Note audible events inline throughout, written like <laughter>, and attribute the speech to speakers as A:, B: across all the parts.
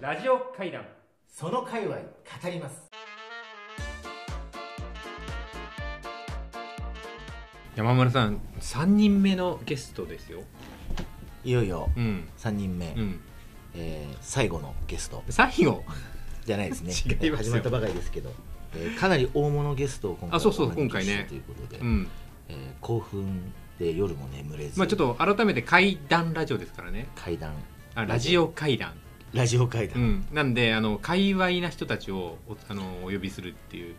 A: ラジオ会談
B: その界隈語ります
C: 山村さん3人目のゲストですよ
B: いよいよ
C: うん
B: 3人目、
C: うん
B: えー最後のゲスト
C: 最後
B: じゃないですね
C: <laughs> 違いますよ
B: 始まったばかりですけど、えーかなり大物ゲストを今回
C: あそうそう
B: お招き
C: 今回ね
B: したということで、
C: うん
B: えー興奮で夜も眠れず、
C: まあちょっと改めて怪談ラジオですからね
B: 階段
C: あラジオ怪談
B: ラジオ階
C: う
B: 段、
C: んなんであの界隈な人たちをおあのお呼びするっていう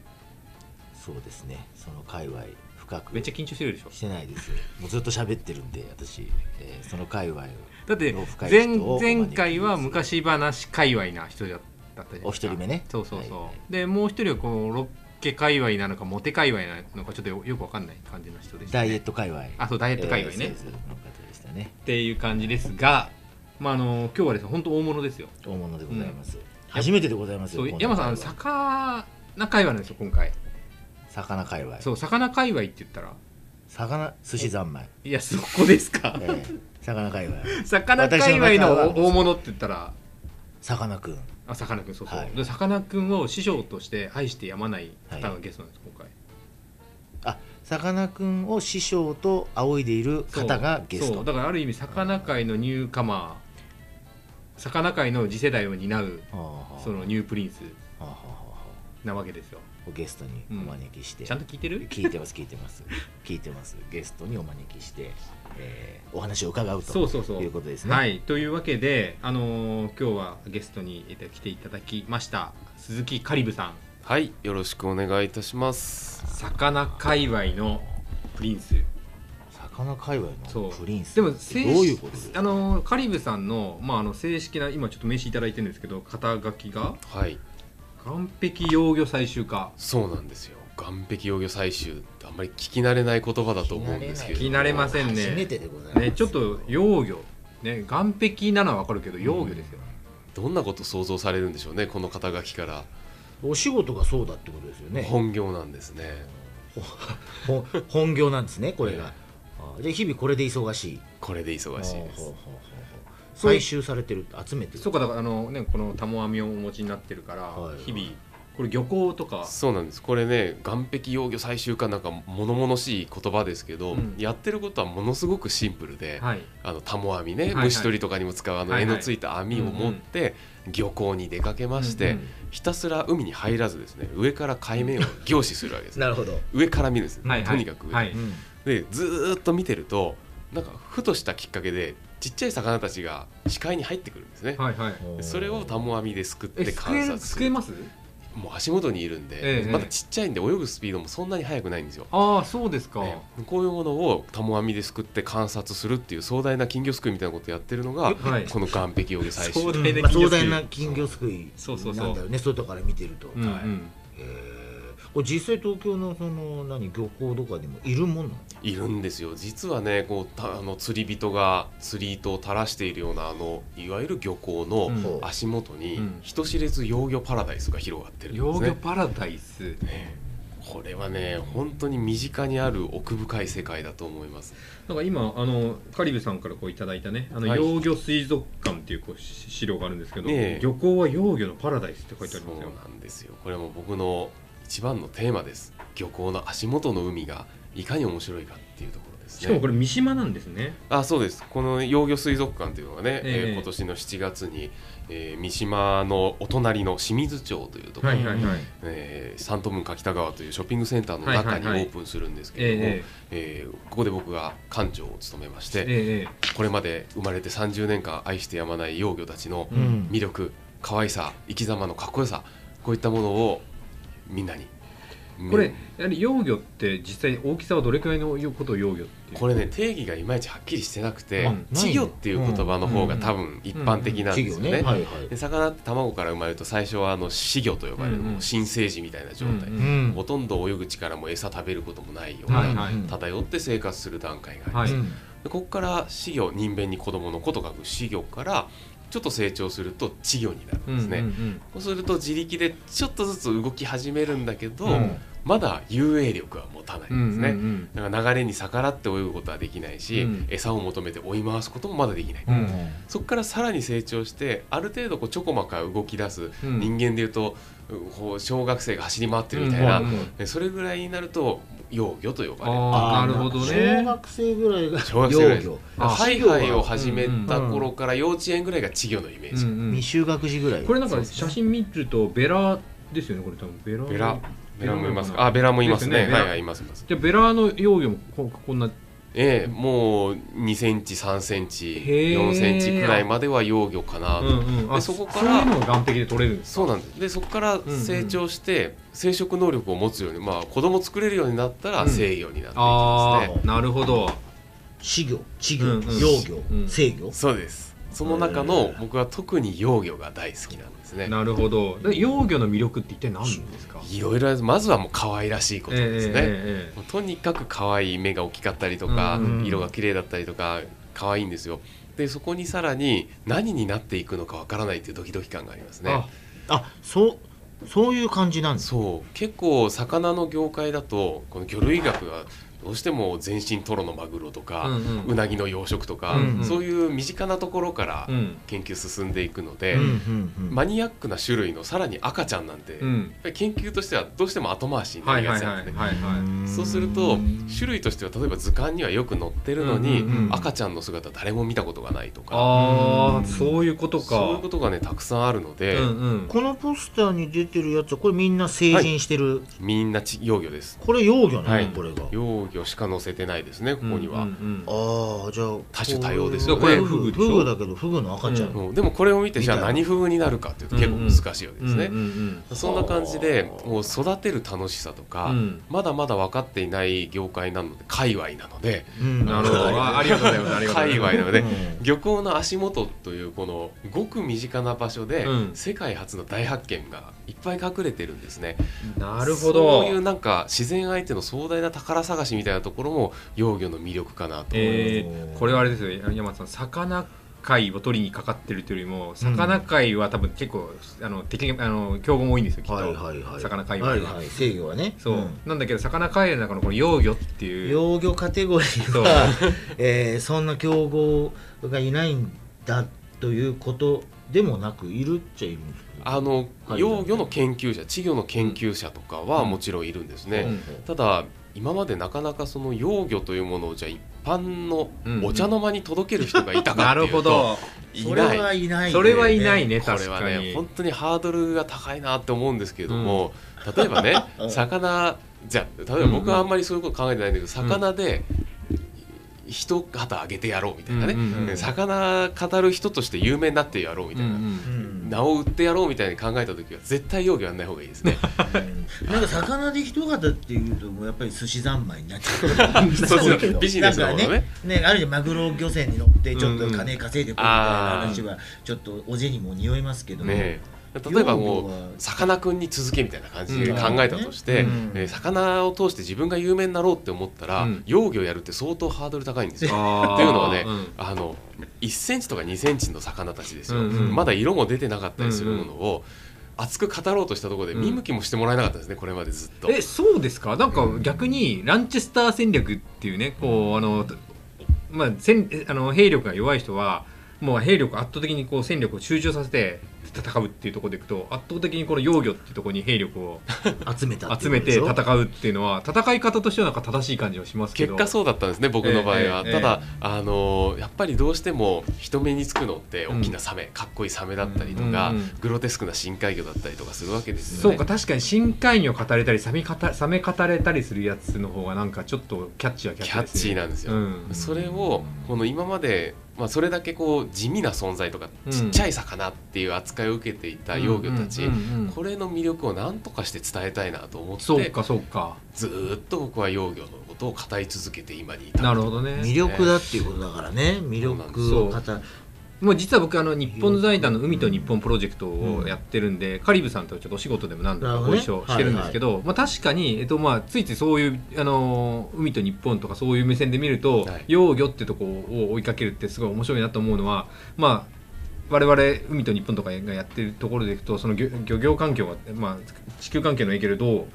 B: そうですねその界隈深く
C: めっちゃ緊張してるでしょ
B: してないですもうずっと喋ってるんで私、えーその界隈
C: だって
B: の深い
C: 前
B: 人をお招
C: 前
B: き
C: 回は昔話界隈な人だったじゃないですか
B: お一人目ね
C: そうそうそう、
B: はいはい
C: でもう一人はこうロッケ界隈なのかモテ界隈なのかちょっとよよくわかんない感じの人でした、
B: ダ
C: ね、
B: イエット界隈
C: あそうダイエット界隈ね
B: えーセールスの方でしたね
C: っていう感じですが、まあ、あの今日はですね本当大物ですよ
B: 大物でございます、初めてでございますよ
C: そう
B: こ
C: 山さん
B: 界隈
C: 魚界隈なんですよ今回
B: 魚界隈
C: そう魚界隈って言ったら
B: 魚寿司三昧、
C: いやそこですか
B: えー、魚界隈
C: <laughs> 魚界隈の
B: 私の中は
C: 大物って言ったら
B: 魚くん
C: あさかなクンそうそう、
B: はい
C: でさかなクンを師匠として愛してやまない方がゲストなんです今回
B: あ魚くんを師匠と仰いでいる
C: そう
B: 方がゲス
C: そう
B: ト
C: だからある意味魚界のニューカマー魚界の次世代を担う
B: はあはあ
C: そのニュープリンス
B: はあはあは
C: なわけですよ
B: あをゲストにお招きして、
C: ちゃんと聞いてる
B: 聞いてます聞いてます聞いてますゲストにお招きして、えーお話を伺うと
C: そうそうそう
B: いうことですね
C: はい、というわけで、あのー今日はゲストにえー来ていただきました鈴木カリブさん
D: はい、よろしくお願いいたします。
C: 魚界隈のプリンス
B: 魚界隈
C: そ
B: の
C: う
B: プリンス
C: でも
B: どう
C: 正
B: いうことです
C: あのーカリブさんの,、まああの正式な今ちょっと名刺いただいてるんですけど肩書きが
D: はい、
C: 完璧幼魚採集家
D: そうなんですよ。岸壁幼魚採集ってあんまり聞き慣れない言葉だと思うんですけれども、
C: 聞き慣れませんね
B: 初めてでございます
C: ねちょっと幼魚ね岸壁なのはわかるけど幼魚ですよ、
D: どんなこと想像されるんでしょうね、この肩書きから。
B: お仕事がそうだってことですよね
D: 本業なんですね。
B: ほ本業なんですねこれ
D: え
B: が、あーで日々これで忙しい
D: これで忙しいで
B: ほうほうほ
D: す。
B: うほう
C: そう
B: 採集されてる集めてる
C: そうかだからあのねこのタモ網をお持ちになってるから、
B: はい
C: 日々これ漁港とか
D: そうなんですこれね岸壁幼魚採集かなんか物々しい言葉ですけど、
C: うん
D: やってることはものすごくシンプルで、
C: はい
D: あのタモ網ね、
C: いはい
D: 虫取りとかにも使うあの
C: はい
D: 柄
C: はい
D: のついた網を持って、漁港に出かけまして、
C: うんうん
D: ひたすら海に入らずですね上から海面を凝視するわけ
C: <laughs>
D: です
B: なるほど、
D: 上から見るんです、
C: はいはい
D: とにかく上、
C: はい
B: うん
D: でずーっと見てるとなんかふとしたきっかけでちっちゃい魚たちが視界に入ってくるんですね、
C: はいはい
D: でそれをタモ網ですくっ
C: え
D: て
C: 救え
D: 観
C: る
D: 察す
C: 救え
D: る
C: ます
D: もう足元にいるんで、
C: ええ
D: まだちっちゃいんで泳ぐスピードもそんなに速くないんですよ、
C: ああそうですか、
D: ええこういうものをタモ網ですくって観察するっていう壮大な金魚すくいみたいなことやってるのが、
C: はい
D: この岸壁泳ぎ最終
C: 壮
B: う
C: 大
B: ん
C: な金魚
B: まあ
C: すくいそ
B: 壮大な金魚すくい
C: うそうそう
B: なんだろうね外から見てると、
C: うんうん
B: はいえーこれ実際東京のその何漁港とかでもいるもんなの
D: いるんですよ実はねこうたあの釣り人が釣り糸を垂らしているようなあのいわゆる漁港の、
C: うん
B: ほう
D: 足元に
C: うん
D: 人知れず幼魚パラダイスが広がってるんで
C: 幼
D: す
C: 魚
D: ね、
C: パラダイス
D: これはね本当に身近にある奥深い世界だと思います
C: なんか今あのカリブさんからこういただいたねあの、
D: はい
C: 幼魚水族館っていうこうし資料があるんですけど、
D: ねえ
C: 漁港は幼魚のパラダイスって書いて
D: そ
C: ありますよ
D: うなんですよこれも僕の一番のテーマです漁港の足元の海がいかに面白いかっていうところですね
C: しかもこれ三島なんですね
D: あそうですこの幼魚水族館というのがね、
C: ええ
D: えー今年の7月に、えー三島のお隣の清水町というところに、
C: はいはい
D: えー、三都分柿田川というショッピングセンターの中にオ
C: はいはいはい
D: ープンするんですけれども、
C: え
D: えーここで僕が館長を務めまし
C: ええ
D: て
C: ええ
D: これまで生まれて30年間愛してやまない幼魚たちの
C: うん
D: 魅力可愛さ生き様のかっこよさこういったものをみんなに
C: え
D: うん
C: これやはり幼魚って実際大きさはどれくらいのことを幼魚っていう
D: これね定義がいまいちはっきりしてなくて
C: あ
B: ない
D: 稚魚っていう言葉の方が多分一般的なんですよね。
B: はいはい、
D: で魚って卵から生まれると最初はあの死魚と呼ばれる
C: うんうん
D: もう新生児みたいな状態、
C: うん
B: ん
D: ほとんど泳ぐ力も餌食べることもないよう
C: はい
D: な
C: はい
B: うん
D: 漂って生活する段階があります
C: はい
B: うん
D: でここから死魚人弁に子供の子と書く死魚からちょっと成長すると稚魚になるんですね、
C: うんうん
D: そうすると自力でちょっとずつ動き始めるんだけど、
C: うん
D: まだ遊泳力は持たない
C: うん
D: ですね、
C: うん
D: だから流れに逆らって泳ぐことはできないし、
C: うん
D: 餌を求めて追い回すこともまだできない、
C: うん
D: そこからさらに成長してある程度こうちょこまか動き出す、
C: うん
D: 人間でいうとうこう小学生が走り回って
C: うん
D: るみたいな、
C: うんうん
D: でそれぐらいになると幼魚と呼ばれる
C: あーなるほどね
B: 小学生ぐらいが
D: 小学生ぐらい
B: 幼魚
C: あ
D: ハイハイを始め
C: うん
D: た頃から幼稚園ぐらいが稚魚のイメージ、
C: うんうん
B: 未就学児ぐらい
C: これなん
B: そう
C: か
B: ですね
C: 写真見るとベラですよねこれ多分ベラ
D: ベラベラもいますかあベラもいますねはいはいいますいます
C: じゃあベラの幼魚もここんな
D: ええもう2センチ3センチ
C: へえ
D: 4センチくらいまでは幼魚かな、
C: うんうん、あ
D: でそこから
C: そういうのが岸壁で取れるんです
D: そうなんですでそこから成長して、生殖能力を持つようにまあ子供作れるようになった
C: う
D: ら
C: ん
D: 成魚になっていきます
C: あ
D: ね、
C: あなるほど
B: 稚魚稚
C: うん
B: 魚
C: うん
B: 幼魚
C: うん
B: 成魚
D: そうですその中の僕は特に幼魚が大好きなんですね
C: なるほどで幼魚の魅力って一体何ですか
D: いろいろありますまずはもう可愛らしいことですね、
C: えええええ
D: もうとにかく可愛い目が大きかったりとか、
C: うん
B: うん
D: 色が綺麗だったりとか可愛いんですよでそこにさらに何になっていくのかわからないっていうドキドキ感があります
C: えあ
D: ね
B: あそうそういう感じなんです
D: そう結構魚の業界だとこの魚類学がどうしても全身トロのマグロとか、
C: う
D: うん
C: うん
D: なぎの養殖とか、
C: うんうん
D: そういう身近なところから
C: うん
D: 研究進んでいくので、
B: うんうんうん
D: マニアックな種類のさらに赤ちゃんなんて、
C: う
D: やっ
C: ん
D: ぱり研究としてはどうしても後回しにな
C: は
D: り
C: いは
D: が
C: い
D: ちなん
C: は
D: ですね、
C: いはいは
B: うん
D: そうすると種類としては例えば図鑑にはよく載ってるのに、
C: うんうん
B: うん
D: 赤ちゃんの姿誰も見たことがないとか
C: あ
B: う
C: あ
B: ん
C: そういうことか
D: そういうことがねたくさんあるので、
C: うんうん
B: このポスターに出てるやつはこれみんな成人してる、
D: みんなち幼魚です
B: これ幼魚なの、
D: はい
B: これが
D: 幼魚しか載せてないですねここには、
C: うんうんうん
B: ああじゃあ
D: 多種多様です
C: よね
B: これは
C: こ
B: フ
C: れフグ
B: グ
C: でしょ
B: フグだけどフグの赤ちゃん、
C: う
D: うんでもこれを見てじゃあ何風になるかっていうと結構難しいわけですね、
C: うんうん
D: そんな感じでもう育てる楽しさとか、
C: うん
D: まだまだ分かっていない業界なので界隈なので
B: うん
C: なるほどあありがとうござい <laughs> ますありがとうござ
D: 界
C: いま
D: 隈
C: す
D: なので
B: うん
D: 漁港の足元というこのごく身近な場所で
C: うん
D: 世界初の大発見がいっぱい隠れてるんですね、
C: なるほど
D: そういうなんか自然相手の壮大な宝探しみたいなところも幼魚の魅力かなと思います、
C: えーこれはあれですよ山田さん魚界を取りにかかってるというよりも魚界は多分結構、あの敵あの競合も多いんですよきっと、
B: はいはいはい
C: 魚界隈は
B: はいはい制御はね
C: そう、
B: ん
C: なんだけど魚界の中のこの幼魚っていう
B: 幼魚カテゴリーは、えーそんな競合がいないんだということでもなくいるっちゃいるんですけど
D: あの
B: はい
D: 幼魚の研究者稚魚の研究者とかはもちろんいるんですね、
C: うん
D: ただ今までなかなかその幼魚というものをじゃあ一般のお茶の間に届ける人がいたか
C: <laughs> な
D: って
C: る
D: い
C: ほ
D: うと
C: ど
D: い
B: それ
D: ない
B: はいないね
C: それはいないね
D: こ
C: 確
D: れは
C: かに、
D: ね本当にハードルが高いなって思うんですけれども、例え
C: <laughs>
D: ばね
B: うん
D: 魚じゃあ例えば僕はあんまりそういうこと考えてないんだけど魚で一旗あげてやろうみたいなね、
C: うんうんうん
D: 魚語る人として有名になってやろうみたい
B: う
D: な、
B: ん
D: 名を売ってやろうみたいに考えた時は絶対容疑はない方がいいですね
B: うんなんか魚で一型っていうともうやっぱり寿司三昧になっちゃう
D: そうそうビジネスの
B: な
D: 方
B: ん
D: ね
B: かねねあるじゃんマグロ漁船に乗ってちょっと金稼いでこうみたいな話はちょっとお銭も匂いますけども
D: ねえ例えばも
B: 養
D: う
B: 魚は
D: さかなクンに続けみたいな感じで考えたとして、
C: うん
D: えー魚を通して自分が有名になろうって思ったら、
C: うん
D: 幼魚やるって相当ハードル高いんですよ。
C: あー
D: っていうのはね、
C: うん
D: あの1センチとか2センチの魚たちですよ、
C: うんうん
D: まだ色も出てなかったりするものを熱く語ろうとしたところで見向きもしてもらえなかったんですねこれまでずっと。
C: えそうですかなんか逆にランチェスター戦略っていうねこうあの、まあ、戦あの兵力が弱い人はもう兵力圧倒的にこう戦力を集中させて戦うっていうところでいくと圧倒的にこの幼魚っていうところに兵力を
B: 集めたって
C: 集
B: い
C: め
B: うことで
C: て
B: しょ
C: 戦うっていうのは戦い方としてはなんか正しい感じはしますけ
D: 結
C: ど
D: 果そうだったんですね僕の場合は、
C: ええ
D: ただ、あのーやっぱりどうしても人目につくのって大きなサメ、かっこいいサメだったりとか、
C: うんうんうん
D: グロテスクな深海魚だったりとかするわけですよ
C: そう
D: ね
C: か。確かに深海魚語れたりサメ語サメ語れたりするやつの方がなんかちょっとキャッチはキャ
D: キャ
C: ッ
D: ッチ
C: チ
D: ー
C: で
D: なんです
C: す
D: よ、
C: ね、
D: それをこの今まで、まあ、それだけこう地味な存在とか
C: うん
D: ちっちゃい魚っていう扱いを受けていた
C: うん
D: 幼魚たち、
C: うんうんうん
D: これの魅力を何とかして伝えたいなと思っ
C: そう
D: て
C: かそうか
D: ずーっと僕は幼魚のことを語り続けて今に至
C: なる
D: ほ
C: ほどね
B: 魅力だっていうことだからね魅力を語
C: そう
B: る
C: もう実は僕あの日本財団の海と日本プロジェクトをやってるんで、カリブさんとちょっとお仕事でも何度かご一緒してるんですけど、まあ、確かに、えっとまあ、ついついそういう、あのー海と日本とかそういう目線で見ると、
D: はい
C: 幼魚ってとこを追いかけるってすごい面白いなと思うのは、まあ、我々海と日本とかがやってるところでいくとその漁漁業環境が、まあ、地球環境の影響でどう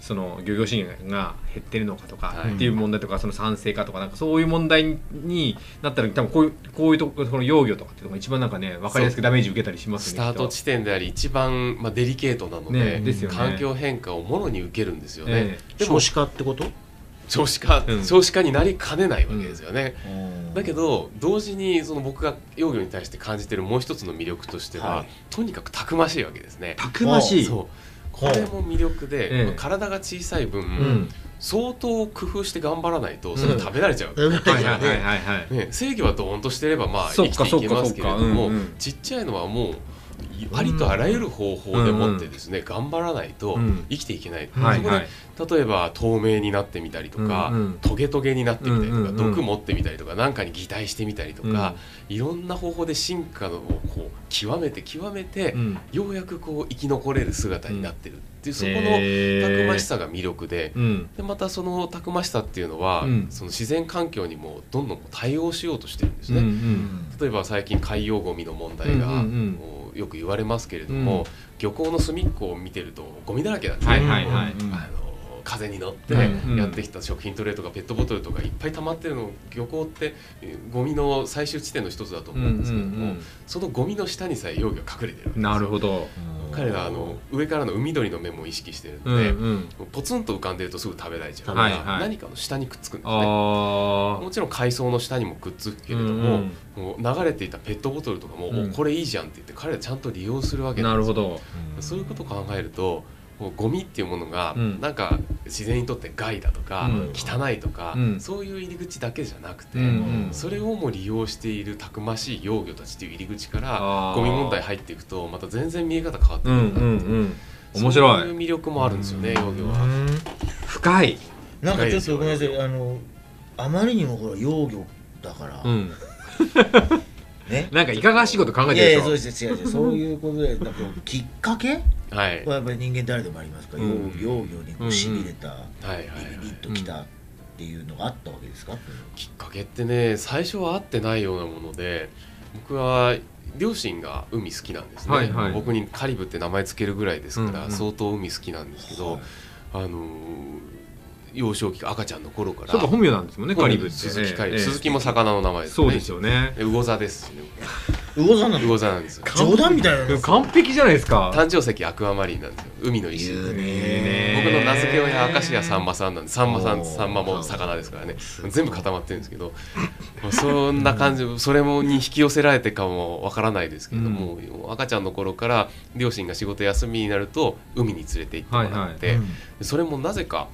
C: その漁業資源が減ってるのかとか
D: は
C: っ
D: い
C: ていう問題とか、その酸性化とかなんかそういう問題になった時多分こういうこういうとここの養魚とかっていうのが一番なんかね分かりやすくダメージ受けたりします
D: ス
C: よね。
D: タート地点であり一番、まあ、デリケートなの
C: ね
D: で
C: ですよね
D: 環境変化をもろに受けるんですよね、
C: え
D: でも
B: 少子化ってこと
D: 少子化、
C: うん
D: 少子化になりかねないわけですよね、だけ
B: ど
D: ど同時にその僕が養魚に対して感じてるもう一つの魅力としては、
B: はい
D: とにかくたくましいわけですね
C: たくましい。
D: そうこれも魅力で、
C: ええ
D: 体が小さい分、
C: うん、
D: 相当工夫して頑張らないと
C: ん
D: それ食べられちゃう、
C: はいはいはいはいはい。
D: ね、制御はドーンとしてればまあ
C: そ
D: 生
C: っ
D: き
C: か
D: ていけますけれども、
C: そっかそっかうんうん
D: ちっちゃいのはもういありとあらゆる方法でもってですね、頑張らないと
C: うん
D: 生きていけない、
C: はい
D: そこ
C: はい。
D: で例えば透明になってみたりとか、
C: うんうん
D: トゲトゲになってみたりとか、
C: うんうんうん
D: 毒持ってみたりとか何かに擬態してみたりとか、いろんな方法で進化をこう極めて極めて、
C: うん、
D: ようやくこう生き残れる姿になってるっていう、そこのたく
C: の
D: まし。さが魅力で、
C: うん。
D: でまたそのたくましさっていうのは、
C: うん
D: その自然環境にもどんどん対応しようとしてるんですね。
C: うん
D: 例えば最近海洋ゴミの問題が、
C: うんうんうん
D: こうよく言われますけれど
C: う
D: も、
C: ん
D: 漁港の隅っこを見てるとゴミだらけなんですね、
C: はいはいはい
D: あの風に乗って
C: うん
D: やってきた食品トレーとかペットボトルとかいっぱい溜まってるの漁港ってえーゴミの最終地点の一つだと
C: う
D: 思
C: ん
D: うんですけれども、
C: うん
D: そのゴミの下にさえ幼魚が隠れてるわ
C: う
D: け
C: ん。なる
D: ど
C: ほど。
D: 彼らはあの上からの海鳥の目も意識してる
C: うん
D: の
C: う
D: で、
C: ん。
D: ポツンと浮かんでるとすぐ食べられちゃう、
C: はいはい
D: 何かの下にくっつくんですね
C: ああ
D: も。ちろん海藻の下にもくっつくけれども、もう流れていたペットボトルとかも、
C: うん
D: おこれいいじゃんって言って彼らちゃんと利用するわけ
C: なる
D: です
C: ほど。
D: そういうことを考えるともうゴミっていうものが、
C: うん
D: なんか自然にとって害だとか、
C: うん
D: 汚いとか、
C: うん
D: そういう入り口だけじゃなくて、
C: うんうん
D: それをもう利用しているたくましい幼魚たちっていう入り口から
C: あー
D: ゴミ問題入っていくとまた全然見え方変わってく
C: う
D: る
C: ん
D: な
C: う
D: っ
C: ん
D: ていうう、
C: ん。面白
D: そういう
C: い。
D: 魅力もあるんですよね、
B: うん
D: 幼魚は。
C: 深い。
B: なんかちょっとごめんなさいあのあまりにもほら幼魚だから、
C: うん。
B: ね
C: なんかいかがわしいこと考え
B: いやい
C: て
B: や
C: る
B: そうで
C: です
B: 違う
D: <laughs>
B: 違うそういうことでなんかきっかけ
D: はい、
B: はやっぱり人間誰でもありますから、
C: うん
B: 幼幼魚にこうしびれた、
D: はいはいはい
B: ビビッときたっていうのがあったわけですか、
D: きっかけってね最初は合ってないようなもので僕は両親が海好きなんですね、
C: はいはい
D: 僕にカリブって名前つけるぐらいですから、
C: うんうん
D: 相当海好きなんですけど、
B: はい
D: あのー幼少期赤ちゃんの頃から
C: しょ。そうか本名なんですもんね。カリブって。
D: 鈴木カリブ、
C: ええ
D: 鈴木も魚の名前です
C: そ
D: よ
C: う
D: ね
C: ですよね。
D: で魚座ですしね
B: 魚座な
D: 魚
B: の
D: 座なんですよ
B: 冗談みたいなの
C: 完璧じゃないですか。
D: 誕生石アクアマリンなんですよ海の石
B: 言う
C: いい
B: ね
D: 僕の名付け親
C: ね
D: 明石家さんまさんなんでさんまさ
B: お
D: ん
B: ー
D: さんまも魚ですからね
B: すごい
D: 全部固まってるんですけどまあそんな感じそれもに引き寄せられてかもわからないですけれども、赤ちゃんの頃から両親が仕事休みになると海に連れて行ってもらって、
B: うん
D: それもなぜか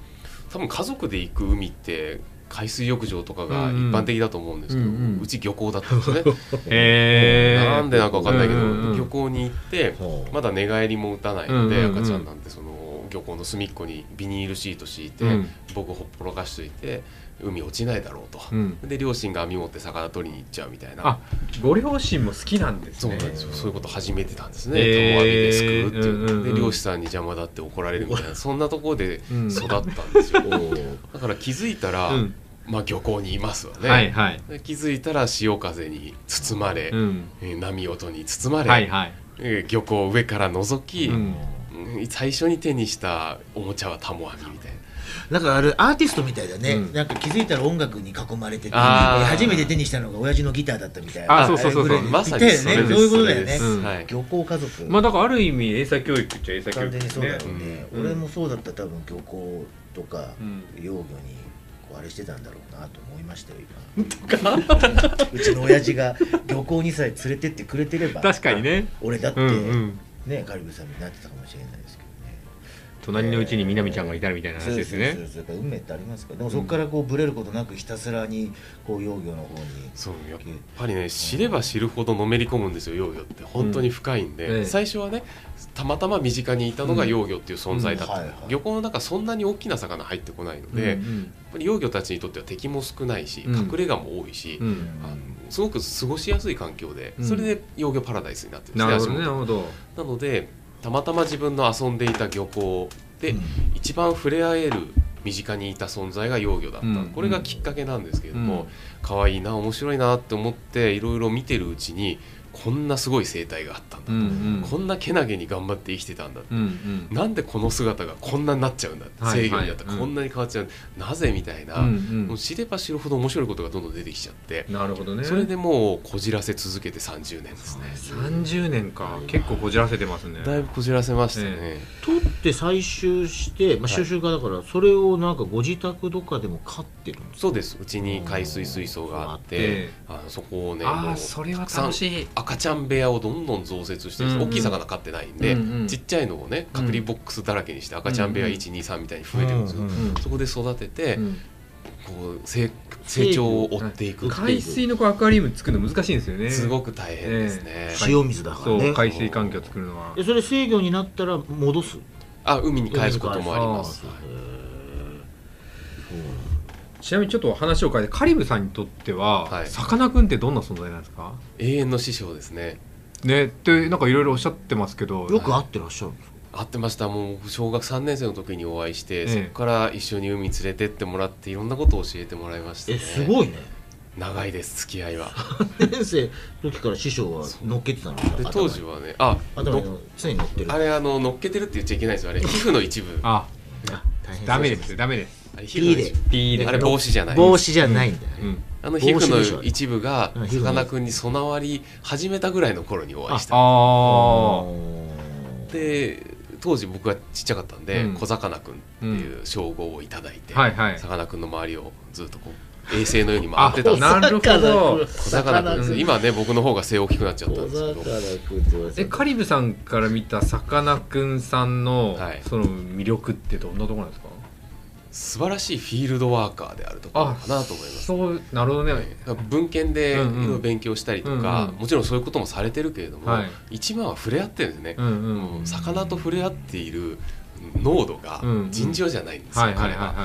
D: 多分家族で行く海って海水浴場とかが
C: う
D: 一
C: んうん
D: 般的だと思うんですけど、
C: う
D: うん
C: うん
D: ち漁港だったんですね、
C: <laughs> へえ。
D: なんでなんかわかんないけど、
C: うんうんうん
D: 漁港に行って
B: ほう
D: まだ寝返りも打たないの
C: う
D: で、
C: んうんうん
D: 赤ちゃんなんてその漁港の隅っこにビニールシート敷いて、
C: うん
D: 僕ほっぽらかしといて海落ちないだろうと、
C: うん
D: で両親が網持って魚取りに行っちゃうみたいな
C: あ、ご両親も好きなんです
D: そうな
C: ね
D: ん。ですよ、そういうこと始めてたんですね、
C: えー
D: 友網ですくうっていう、
C: うんうんうん
D: で漁師さんに邪魔だって怒られるみたいなそんなところで
C: うん
D: 育ったんで
C: <laughs>
D: すよ、だから気づいたら、
C: うん
D: まあ漁港にいますわね、
C: はいはい。
D: で気づいたら潮風に包まれ、
C: うん。
D: えー波音に包まれ、
C: はいはい。
D: えー漁港を上から覗き、
C: うん
D: うん最初に手にしたおもちゃはタモ網みたい
B: な
D: な
B: んかあれアーティストみたいだね、
C: うん
B: なんか気づいたら音楽に囲まれてて
D: あー
B: 初めて手にしたのが親父のギターだったみたいな
C: あそうそうそうそう
B: あれぐらい
D: まさにそれです
B: ねそういうことだよ
D: それで
B: ね、
D: す
C: うん
D: はい
B: 漁港家族、
C: まあだからある意味英才教育っちゃ英才教
B: 完
C: 育
B: 全に
C: で
B: そ
C: す
B: う
C: ね
B: だよ。ね、
C: うん
B: 俺もそうだったら多分漁港とか
C: うん
B: 幼魚にこうあれしてたんだろうなと思いましたよ今うちの親父が漁港にさえ連れてってくれてれば
C: 確かにね。
B: 俺だって、
C: うんうん。
B: ねカリブさんになってたかもしれないですけどね
C: 隣のうちに南ちゃんがいたみたいな話です
B: そう
C: ね。
B: そうそうそう運命ってありますからでもそこからこうブレることなくひたすらにこう幼魚の方に
D: そうやっぱりね知れば知るほどのめり込むんですよ幼魚って本当に深いんで、
C: うんええ
D: 最初はねたまたま身近にいたのが幼魚っていう存在だった、
B: うんはいはい
D: 漁港の中そんなに大きな魚入ってこないので、
C: う
D: やっ
C: ん
D: ぱり幼魚たちにとっては敵も少ないし
C: うん
D: 隠れ家も多いし、
C: うんうん。
D: あのすごく過ごしやすい環境で、
C: うん
D: それで幼魚パラダイスになってるんです
C: な
D: ね
C: るほどね。な
D: 足
C: るほど。
D: 元なのでたまたま自分の遊んでいた漁港で、
B: うん
D: 一番触れ合える身近にいた存在が幼魚だった、
C: うん
D: これがきっかけなんですけれども、可愛いな面白いなって思っていろいろ見てるうちにこんなすごい生態があったんだ、
C: うんうん
D: こんなけなげに頑張って生きてたんだ、
C: うんうん
D: なんでこの姿がこんなになっちゃうんだ
C: はい
D: 制御になった、
C: はいうん
D: こんなに変わっちゃうんだなぜみたいな、
C: うん
D: もう知れば知るほど面白いことがどんどん出てきちゃって
C: う、んなるほどね
D: それでもうこじらせ続けて30年ですね
C: 30年か結構こじらせてますね
D: だいぶこじらせましたね、
C: え
B: 取って採集して、まあ、
D: はい
B: 収集家だからそれをなんかご自宅とかでも飼ってるんですか
D: そうですうちに海水水槽があって、
C: ええ
D: あのそこをね
C: あ
D: も
C: あ
D: う
C: それは
D: たくさん
C: 楽しい
D: 赤ちゃん部屋をどんどん増設して、
C: うん
D: 大きい魚飼ってないんで、
C: うんうん
D: ちっちゃいのをね隔離ボックスだらけにして赤ちゃん部屋123みたいに増えてるんですよ、
B: うん
C: うん
D: そこで育てて、
C: うん
D: こう成成長を追っていくってい
C: 海
D: う、
C: 水のこうアクアリウム作るの難しいんですよね
D: すごく大変ですね、
B: 塩水だから
C: そう
B: ね
C: 海水環境作るのは
B: えそれ制御になったら戻す
D: あ海に帰すこともあります
B: へ
D: はい
C: ちなみにちょっと話を変えてカリブさんにとって
D: は
C: はいさかなクンってどんな存在なんですか
D: 永遠の師匠ですね
C: ねってなんかいろいろおっしゃってますけど
B: ーよく会ってらっしゃるんですか
D: 会ってましたもう小学3年生の時にお会いして、
C: ええ
D: そこから一緒に海連れてってもらっていろんなことを教えてもらいました
B: え
D: ね
B: すごいね
D: 長いです付き合いは
B: 年生の時から師匠は乗っけてたの
D: で当時
B: は
D: はねあ
B: 頭に
D: の
B: 常に乗ってる
D: あれあの乗っけてるって言っちゃいけないですよあれ皮膚の一部
C: あ
B: あ大変
C: ダメですダメです
D: あれ皮膚の一部
C: ピーで
D: あれ帽子じゃない
B: 帽子じゃないんだよね、
C: うん
D: あの皮膚
B: 帽子でしょ
D: の一部が
B: うん皮膚
D: さ
B: の
D: かなクンに備わり始めたぐらいの頃にお会いした
C: あ
D: で当時僕はちっちゃかったんで、
C: うん
D: 小魚くんっていう称号をいただいて、
C: あはいはい
D: さかなクンの周りをずっとこう衛星のように回
C: あ
D: ってたんです
C: なるほど
D: 小魚くんです
C: うん
D: 今ね僕の方が背大きくなっちゃったん
B: 小
D: ですけ
B: 魚
D: ど
B: くんって言われて
C: え
B: た
C: カリブさんから見たさかなクンさんの、
D: はい
C: その魅力ってどんなところなんですか
D: 素晴らしいフィールドワーカーであるところかなと思います。
C: そうなるほどね、
D: 文献でい
C: うんうん
D: ろいろ勉強したりと
C: う
D: か
C: んうん
D: もちろんそういうこともされてるけれども、
C: はい
D: 一番は触れ合ってるんですね
C: う、んうん
D: もう魚と触れ合っている濃度が
C: うんうん
D: 尋常じゃないんですよ、
C: はいはいはい
D: 彼は
C: は
D: だ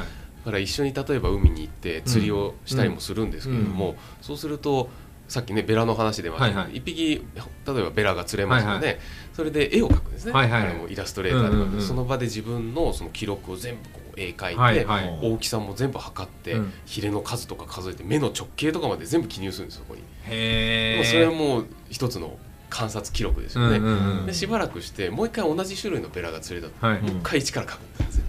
D: から一緒に例えば海に行って釣りをしたりもするんですけれども、そうするとさっきねベラの話でましたけど、
C: はいはい
D: 一匹例えばベラが釣れますよね、それで絵を描くんですね、
C: はいはいはい
D: 彼もイラストレーターで、
C: うんうんうん
D: その場で自分のその記録を全部こう絵描い
C: い
D: て、
C: はいはい
B: も
D: 大きさも全部測って、
C: うん
D: ヒレの数とか数えて目の直径とかまで全部記入するんですよそこに、
C: へ
D: も
C: え
D: うそれはもう一つの観察記録ですよね、
C: うんうんうん
D: でしばらくしてもう一回同じ種類のベラが釣れたと、
C: はいう
D: もう一回一から描くんですよ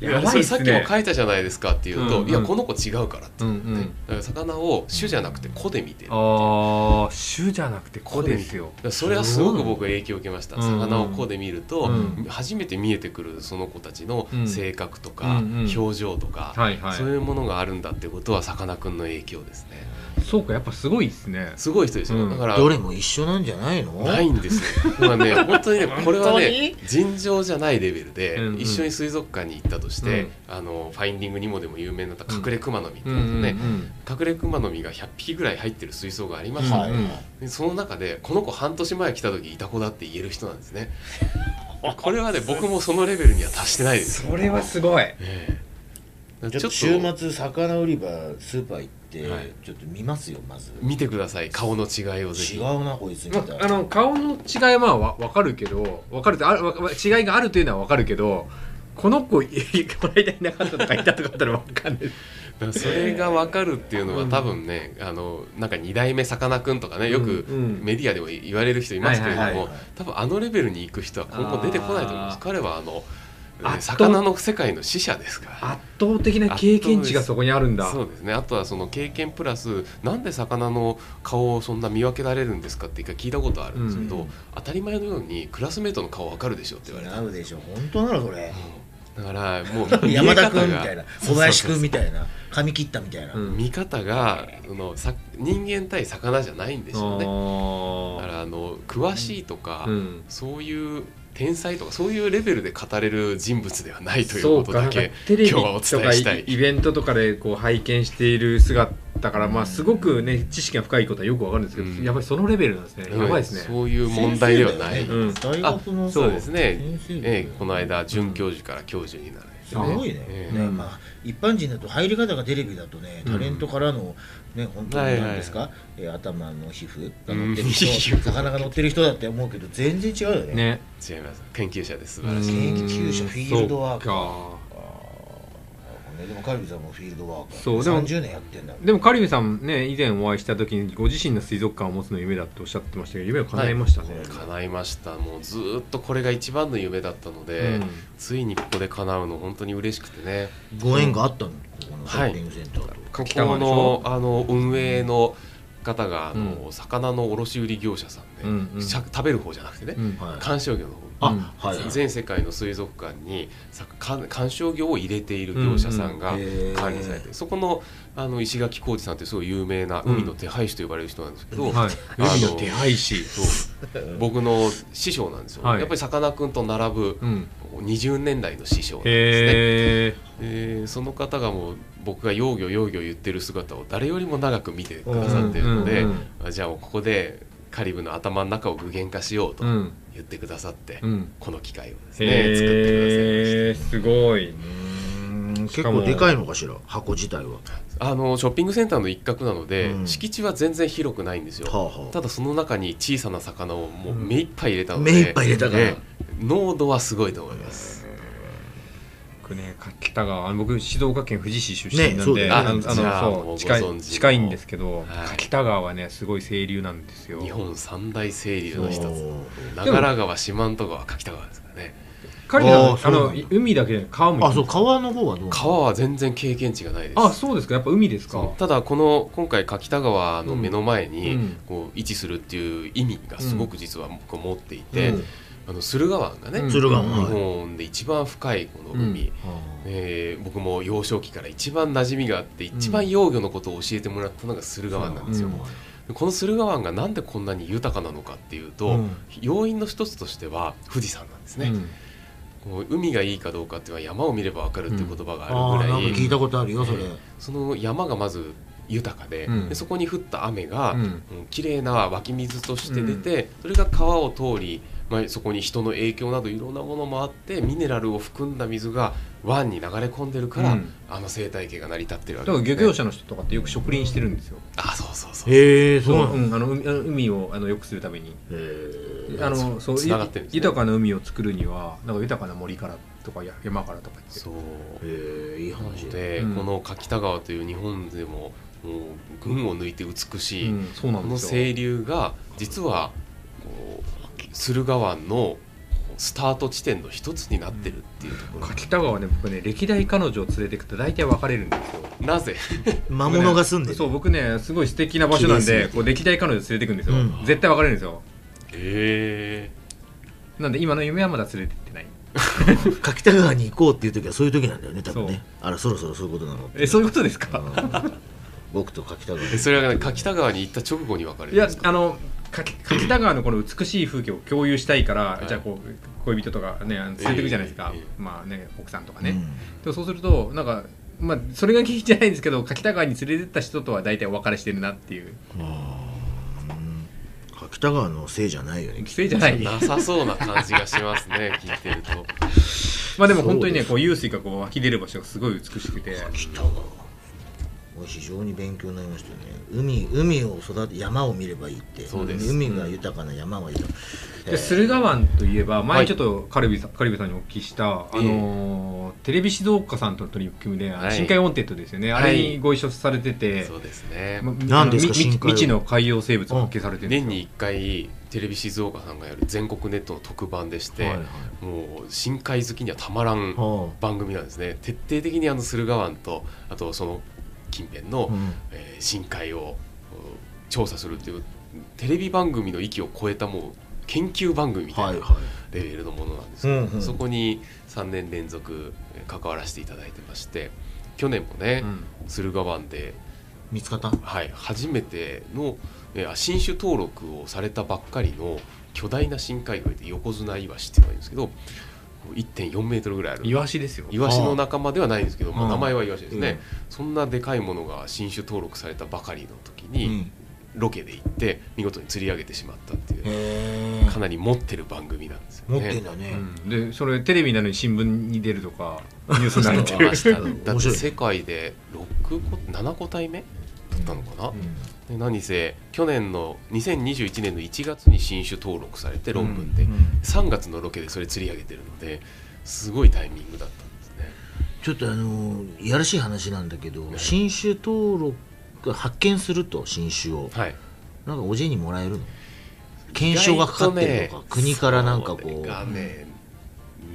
C: やば
D: そ
C: い
D: れ
C: っ
D: さ
C: す
D: っきも
C: ね
D: 書いたじゃないですかっていうと、
C: うんうん
D: いやこの子違うからって、
C: うんう
D: ね
C: ん
D: だから魚を種じゃなくて子で見てる、だか
C: ああ種じゃなくて子ですよ
D: らそれはすごく僕影響を受けました、
C: うんうん
D: 魚を子で見ると、
C: うん
D: 初めて見えてくるその子たちの
C: うん
D: 性格とか、
C: うんうん
D: 表情とか、
C: はいはい
D: そういうものがあるんだってことはさかなクンの影響ですね
C: そうかやっぱすごいですね
D: すごい人ですよ、
C: うん
D: だから
B: どれも一緒なんじゃないの
D: ないんですよ。 <laughs> まあね、本当にね、これは
B: 本当
D: ね
B: に、
D: 尋常じゃないレベルで、
C: うんうん
D: 一緒に水族館に行ったとして、あのファインディングにもでも有名になった隠れ熊の実って
C: う
D: い
C: ん
D: う
C: う
D: の
C: んうん
D: ね、隠れ熊の実が100匹ぐらい入ってる水槽がありまして、
B: はい
D: でその中でこの子半年前来た時いた子だって言える人なんですね。これはね、僕もそのレベルには達してな
C: <laughs>
D: いです。
C: それはすごい
D: ええ
B: ちょっと
D: ち
B: 週
D: ょっと
B: 末魚売り場スーパー行って、
D: はい
B: ちょっと見ますよまず
D: 見てください、顔の違いをぜ
B: 違
D: ひ。
B: うなこいつみ
C: ま
B: たい
C: あ
B: な
C: の顔の違いはわ分かるけど分かるってあるわわ違いがあるというのは分かるけどこの子もらいたいなかったとかいたとかだったら分かんないです
D: だからそれが分かるっていうのは
C: うん
D: 多分ね、あのなんか2代目さかなクンとかねよく
C: うんうん
D: メディアでも言われる人いますけれども、
B: はいはいはいはい
D: 多分あのレベルに行く人は今後出てこないと思います
C: あー
D: 彼はあの
C: あと
D: 魚の世界の死者ですから
C: 圧倒的な経験値がそこにあるんだ
D: そうですねあとはその経験プラスなんで魚の顔をそんな見分けられるんですかって一回聞いたことあるんですけど、
B: うん
D: 当たり前のようにクラスメートの顔分かるでしょって言われた
B: 違うでしょ本当なのそれ
D: だからもう見え
B: 山
D: 方が
B: 田君みたいな
D: そうそうそう
B: 小林君みたいな髪切ったみたいな、
C: うん
D: 見方がそのさ人間対魚じゃないんですよねだか
C: あ
D: らあの詳しいとか、
C: ーうん
D: そういう天才とかそういうレベルで語れる人物ではないという
C: そ
D: こ
C: う
D: と
C: かなん
D: だ
C: か
D: け
C: テレビ
D: 今日はお
C: と
D: 伝
C: か
D: えした
C: イ
D: い
C: イベントとかでこう拝見している姿からまあすごくね知識が深いことはよくわかるんですけど、
D: うん
C: やっぱりそのレベルなんですね、
D: うん
C: やばいですね
D: そういう問題ではない、
B: 先生
C: う
B: だよ
C: ん
B: ね大学の
D: そうですね
B: 先生だよ
D: ええこの間准教授から教授になられて
B: すごいね,、
D: え
C: え
B: ねまあ、一般人だと入り方がテレビだとねタレントからの、ね本当に何ですか、えー頭の皮膚が乗ってる
D: うん
B: 人 <laughs> 魚が乗ってる人だって思うけど全然違うよね
C: ね
D: 違います研究者です素晴らしい
B: 研究者フィールドワーカー
C: ー
B: あーなるほどねでもカルビさんもフィールドワーカー
C: そうでも
B: 30年やってんだ
C: でもカリビさんね以前お会いした時にご自身の水族館を持つの夢だっておっしゃってましたけど夢を叶えましたね、
B: はい
D: 叶いましたもうずーっとこれが一番の夢だったので、
C: うん
D: ついにここで叶うの本当に嬉しくてね
B: ご縁があったのここのショ
D: はい
B: ッピングセンターと、
D: こ
C: 北川
D: こ
C: でしょ
D: のあの運営の方があの、
C: う
D: 魚の卸売業者さんで、
C: うんうん
D: しゃ食べる方じゃなくてね、
C: うん
B: はい
D: 観賞魚の
B: あ、
D: 方
C: うん
B: はいはい
D: 全世界の水族館にさか観賞魚を入れている業者さんが
B: うんうんへー
D: 管理されて、そこのあの石垣浩二さんってすごい有名な
C: うん
D: 海の手配師と呼ばれる人なんですけど、
C: はい、
D: あの
C: 海の手配師
D: そう僕の師匠なんですよ、
C: はい
D: やっぱりさかなクンと並ぶ
C: うん、
D: 20年来の師匠なんですね、
C: へえ
D: えーその方がもう僕が幼魚幼魚言ってる姿を誰よりも長く見てくださってるので、
C: うんうん
D: あじゃあもうここでカリブの頭の中を具現化しようと
C: うん
D: 言ってくださって、
C: うん
D: この機会をですね作ってくださいました
C: へえすごいう
B: ーん結
C: しかも
B: 構でかいのかしら箱自体はは
D: あのショッピングセンターの一角なので、
B: うん
D: 敷地は全然広くないんですよ、
B: あ、は
D: ただその中に小さな魚をもう目いっぱい入れた
B: あ、
D: の
B: 目
D: で、
B: いっぱい入れたから、
D: ええ濃度はすごいと思います、
C: 僕ね北川あの僕静岡県富士市出身
B: ね
C: な
B: そ
C: ん
B: うだ
C: で、
B: よね
C: あのあ
B: なん
C: の
B: か
D: じゃあも
C: そうう近
D: ご存知
C: い
D: の
C: 近いんですけど、
D: はい
C: 北川はねすごい清流なんですよ
D: 日本三大清流
B: そ
D: の
B: う
D: 一つ
C: も
D: 長良川四万十川柿田川ですからね
C: 彼ら
B: あー
C: はあ
B: そうなんだ
C: の海だけで川も
B: あそう川の方はどうなの
D: 川は全然経験値がないです
C: あそうですかやっぱ海ですか
D: そうただこの今回柿田川の目の前に、
C: うん
D: こう位置するっていう意味がすごく実は僕は持っていて、
C: うん
D: あの駿河湾がね、
C: うん
B: 鶴ヶ
D: 日
B: 湾はい
D: 本で一番深いこの海、
C: うん
B: は
D: えー僕も幼少期から一番馴染みがあって
C: ん
D: 一番幼魚のことを教えてもらったのが駿河湾なんですよ、
C: うん
D: でこの駿河湾がなんでこんなに豊かなのかっていうと、
B: うん
D: 要因の一つとしては富士山なんですね、こう海がいいかどうかっていうのは山を見ればわかるっていう言葉
B: あ
D: が
B: あ
D: あるぐ
B: な
D: ら
B: ん
D: い、
B: か聞いたことあるよそれ、
D: その山がまず豊かで,で、
C: うん
D: そこに降った雨が、
C: う
D: うん
C: ん
D: 綺麗な湧き水として出て、それが川を通り、まあ、そこに人の影響などいろんなものもあってミネラルを含んだ水が湾に流れ込んでるから、
C: うん
D: あの生態系が成り立ってるわ
C: だから
D: けです、ね、
C: 漁業者の人とかってよく植林してるんですよ
D: あそうそうそう
B: へえ
C: う、ん、あの海あの海をあの良くするために
B: へえ
C: あのそう
D: つながってるんですね
C: 豊かな海を作るにはなんか豊かな森からとかや山からとかって
D: そう
B: へえいい
D: な
B: 話
D: の
B: で
D: で、
C: うん
D: この柿田川という日本でももう群を抜いて美しい、
C: うんそうな
D: こ
C: ん
D: の
C: ですよ
D: 清流が実はこう駿河湾のスタート地点の一つになってるっていうところ、
C: 柿田川ね僕ね歴代彼女を連れてくと大体別れるんですよ
D: なぜ
B: 魔物が住んでる
C: そう僕ねすごい素敵な場所なん
B: 綺
C: で
B: 麗すぎて
C: こう歴代彼女連れてくんですよ、
B: うん
C: 絶対別れるんですよ
D: え
C: なんで今の夢はまだ連れてってない
B: 柿田川に行こうっていう時はそういう時なんだよね多分
C: そ
B: ねあらそろそろそういうことなの
C: えそういうことですか
B: うん僕と柿田川
D: えそれは、ね、柿田川に行った直後に別れる
C: <laughs>
D: ん
C: いや
D: ですか
C: あの柿柿田川のこの美しい風景を共有したいから、
D: い
C: じゃあこう恋人とかねあの連れてくじゃないですか、
D: えええ
C: まあね奥さんとか
B: う
C: ね、
B: ん
C: でもそうするとなんかまあそれが聞いてないんですけど柿田川に連れてった人とは大体お別れしてるなっていう
B: うん柿田川のせいじゃないよね
C: 規制じゃないま
D: なさそうな感じがしますね
C: <laughs>
D: 聞いてると
C: あでも本当に
B: そうで
C: ね
B: す
C: こう湧水がこう湧き出る場所がすごい美しくて
B: 柿田川もう非常に勉強になりましたね海海を育て山を見ればいいって
D: そうです
B: 海が豊かな山は豊か
C: で駿河湾といえば
D: は
C: 前
D: い
C: ちょっとカルビさんカルビさんにお聞きした、あのーテレビ静岡さんとの取り組みで「あの
D: はい
C: 深海オンテッド」ですよね、あれにご一緒されてて、
D: そうですね
C: ま
B: 何ですか
C: み
B: 深海
C: 未知の海洋生物を発見されてるんですよ
D: 年に1回テレビ静岡さんがやる全国ネットの特番でして、
B: はいはい
D: もう深海好きにはたまらん
B: は
D: 番組なんですね徹底的にあの駿河湾とあとその近辺の、
B: あうん
D: えー深海をうん調査するっていうテレビ番組の域を超えたもう研究番組みた
B: はいい
D: な
B: は
D: レベルのものなんです
B: い
D: け
B: うん
D: ど、
B: うん
D: そこに3年連続えー関わらせていただいてまして去年もね、
C: うん
D: 駿河湾で、
B: 見つかった
D: はい、初めての、えー新種登録をされたばっかりの巨大な深海魚で横綱イワシっていうのがいるんですけど1.4メートルぐらいある
C: イワシですよ
D: イワシの仲間ではないんですけど、まあ、
B: うん
D: 名前はイワシですね、
B: うん
D: そんなでかいものが新種登録されたばかりの時に、ロケで行って見事に釣り上げてしまったってい
B: へえ
D: うかなり持ってる番組なんですよね
B: 持ってんだね
D: <laughs>
C: うんでそれテレビなのに新聞に出るとかニュースにな
B: <laughs>
C: ると
D: 出ました
C: か
D: だっ
B: 面白
D: て
B: い
D: 世界で6個7個体目だったのかな、で何せ去年の2021年の1月に新種登録されて論文で、
B: うん
D: 3月のロケでそれ釣り上げてるのですごいタイミングだったんですね
B: ちょっとあのいやらしい話なんだけど新種登録発見すると新種を、
D: はい、
B: なんかおじいにもらえるの検証がかかってるとか
D: 意外とね
B: 国からなんかこ
D: そうれがね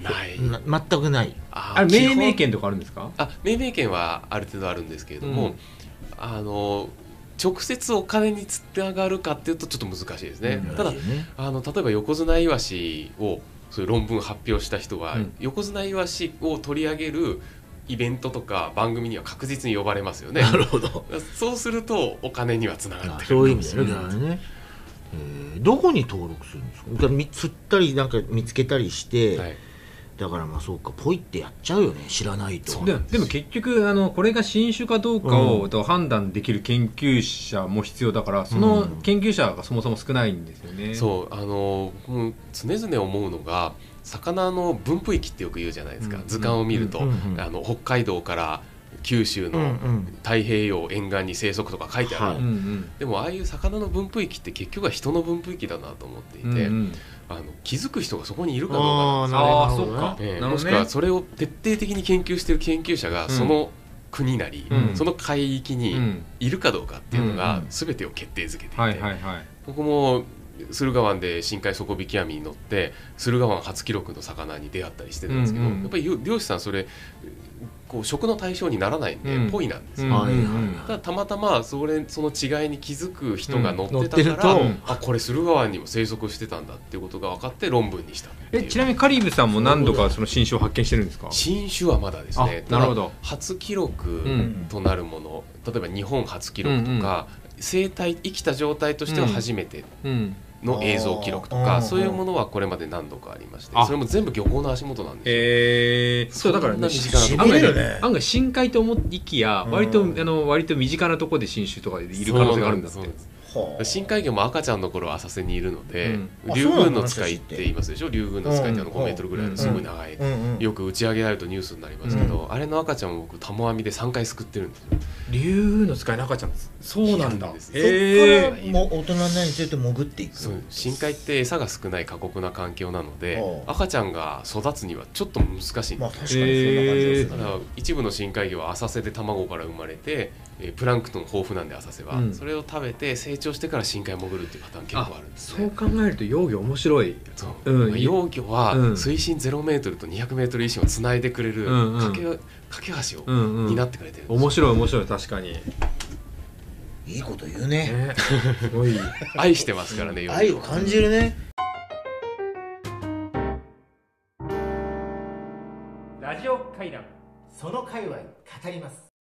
D: ない
B: な全くない
D: あ
C: あれ
D: 基
C: 命
D: 本
C: 名権とかあるんですか
D: あ命名権はある程度あるんですけれども、
C: うん
D: あの直接お金につながるかっていうとちょっと難しいですね、
B: うん
D: ただ
B: らしいね
D: あの例えば横綱イワシをそういう論文発表した人は、
C: うん
D: 横綱イワシを取り上げるイベントとか番組には確実に呼ばれますよね
B: なるほど
D: そうするとお金にはつながってる
B: そういう意味だよね
D: か
B: だ
D: も
B: か
D: し
B: ら
D: れない
B: ね、えーどこに登録するんですかだからみ釣ったりなんか見つけたりして、
D: はい
B: だからまあそうかポイってやっちゃうよね知らないと
D: そう
C: で
D: なんです
C: でも結局あのこれが新種かどうかを、
B: う
C: と判断できる研究者も必要だからそうの
B: ん
C: 研究者がそもそも少ないんですよね。
D: そうあの僕も常々思うのが魚の分布域ってよく言うじゃないですか、
C: うん
D: 図鑑を見ると、
B: うんうん
D: あの北海道から九州
B: うんう
D: の
B: ん
D: 太平洋沿岸に生息とか書いてある、
B: は
C: うんうん
D: でもああいう魚の分布域って結局は人の分布域だなと思っていて、
C: うんうん
D: あの気づく人がそこにいるかどうか
B: あ
D: なん
B: ー
D: ですよ
B: な
C: あーそっか、
B: るほどね
D: え
C: な
D: え
C: る
D: も
C: ほ
D: し
C: ど
D: くは
C: ね
D: それを徹底的に研究している研究者が
C: ん
D: その国なり、
C: うん
D: その海域
C: う
D: に
C: ん
D: いるかどうかっていうの
B: う
D: が
B: ん
D: 全てを決定づけていて、
C: はいはいはい
D: 僕も駿河湾で深海底引き網に乗って駿河湾初記録の魚に出会ったりしてたんですけど、
C: うんうん
D: やっぱり漁師さんそれこう食の対象にならないん
C: う
D: で
C: ん
D: ぽいなんです
C: う
D: よ、
C: ん
B: はいはい
D: ただたまたまそれその違いに気づく人が乗っ
B: 乗って
D: てた
B: る
D: から、
B: と
D: あこれ駿河湾にも生息してたんだっていうことが分かって論文にしたって
C: え
D: いう
C: ちなみにカリブさんも何度かその新種を発見してるんですか
D: 新種はまだですね
C: あなるほど
D: ただ初記録
C: うん
D: となるもの、例えば日本初記録とか、生態生きた状態としては初めて
C: うん
D: の映像記録と
B: うんうんう
D: か
B: ん
D: そういうものはこれまで何度かありまして
C: あ
D: それも全部漁港の足元なんですよ、
C: えー、そうだから
D: そんな
C: ね
D: 身近なとこ
C: 案
B: しびれ
C: 外
B: るね
C: 案外深海と思いきや
B: うん
C: 割と、あの割と身近なところで新種とかでいる可能性があるんだって
D: そうなんです
B: はあ
D: 深海魚も赤ちゃんの頃は浅瀬にいるので、
B: うん
D: 竜宮の
B: あそう
D: 使
B: なん
D: い
B: だ
D: って言いますでしょ竜宮の使いってあの5メートルぐらいのすごい長い、
B: うんうん
D: よく打ち上げられるとニュースになりますけど、あれの赤ちゃんを僕タモ網で3回すくってるんですよ
C: 竜の使いの赤ちゃんですそうなんだ
D: そうなんです
B: そっ
C: え
B: からも大人になるにつれて潜っていく
D: そう深海って餌が少ない過酷な環境なので
B: ああ
D: 赤ちゃんが育つにはちょっと難しいんですよ
B: まあ確かにそんな感じです
D: た
B: ね、
D: だ一部の深海魚は浅瀬で卵から生まれて、えープランクトン豊富なんで浅瀬は、
C: うん
D: それを食べて成長してから深海潜るっていうパターン結構あるんです
C: そう
D: ね。
C: 考えると幼魚面白い
D: そう
C: うん
D: まあ幼魚は
C: うん
D: 水深0メートルと200メートル以上をつないでくれる
C: うんうん
D: 架け,、架け橋を
C: ん
D: 担ってくれてるんですよ
C: 面白い面白い確かに、
B: いいこと言う
C: <laughs>
B: ね
C: ね、すごい
D: 愛してますからね幼魚
B: 愛を感じるね
C: ラジオ会談
B: その界隈語ります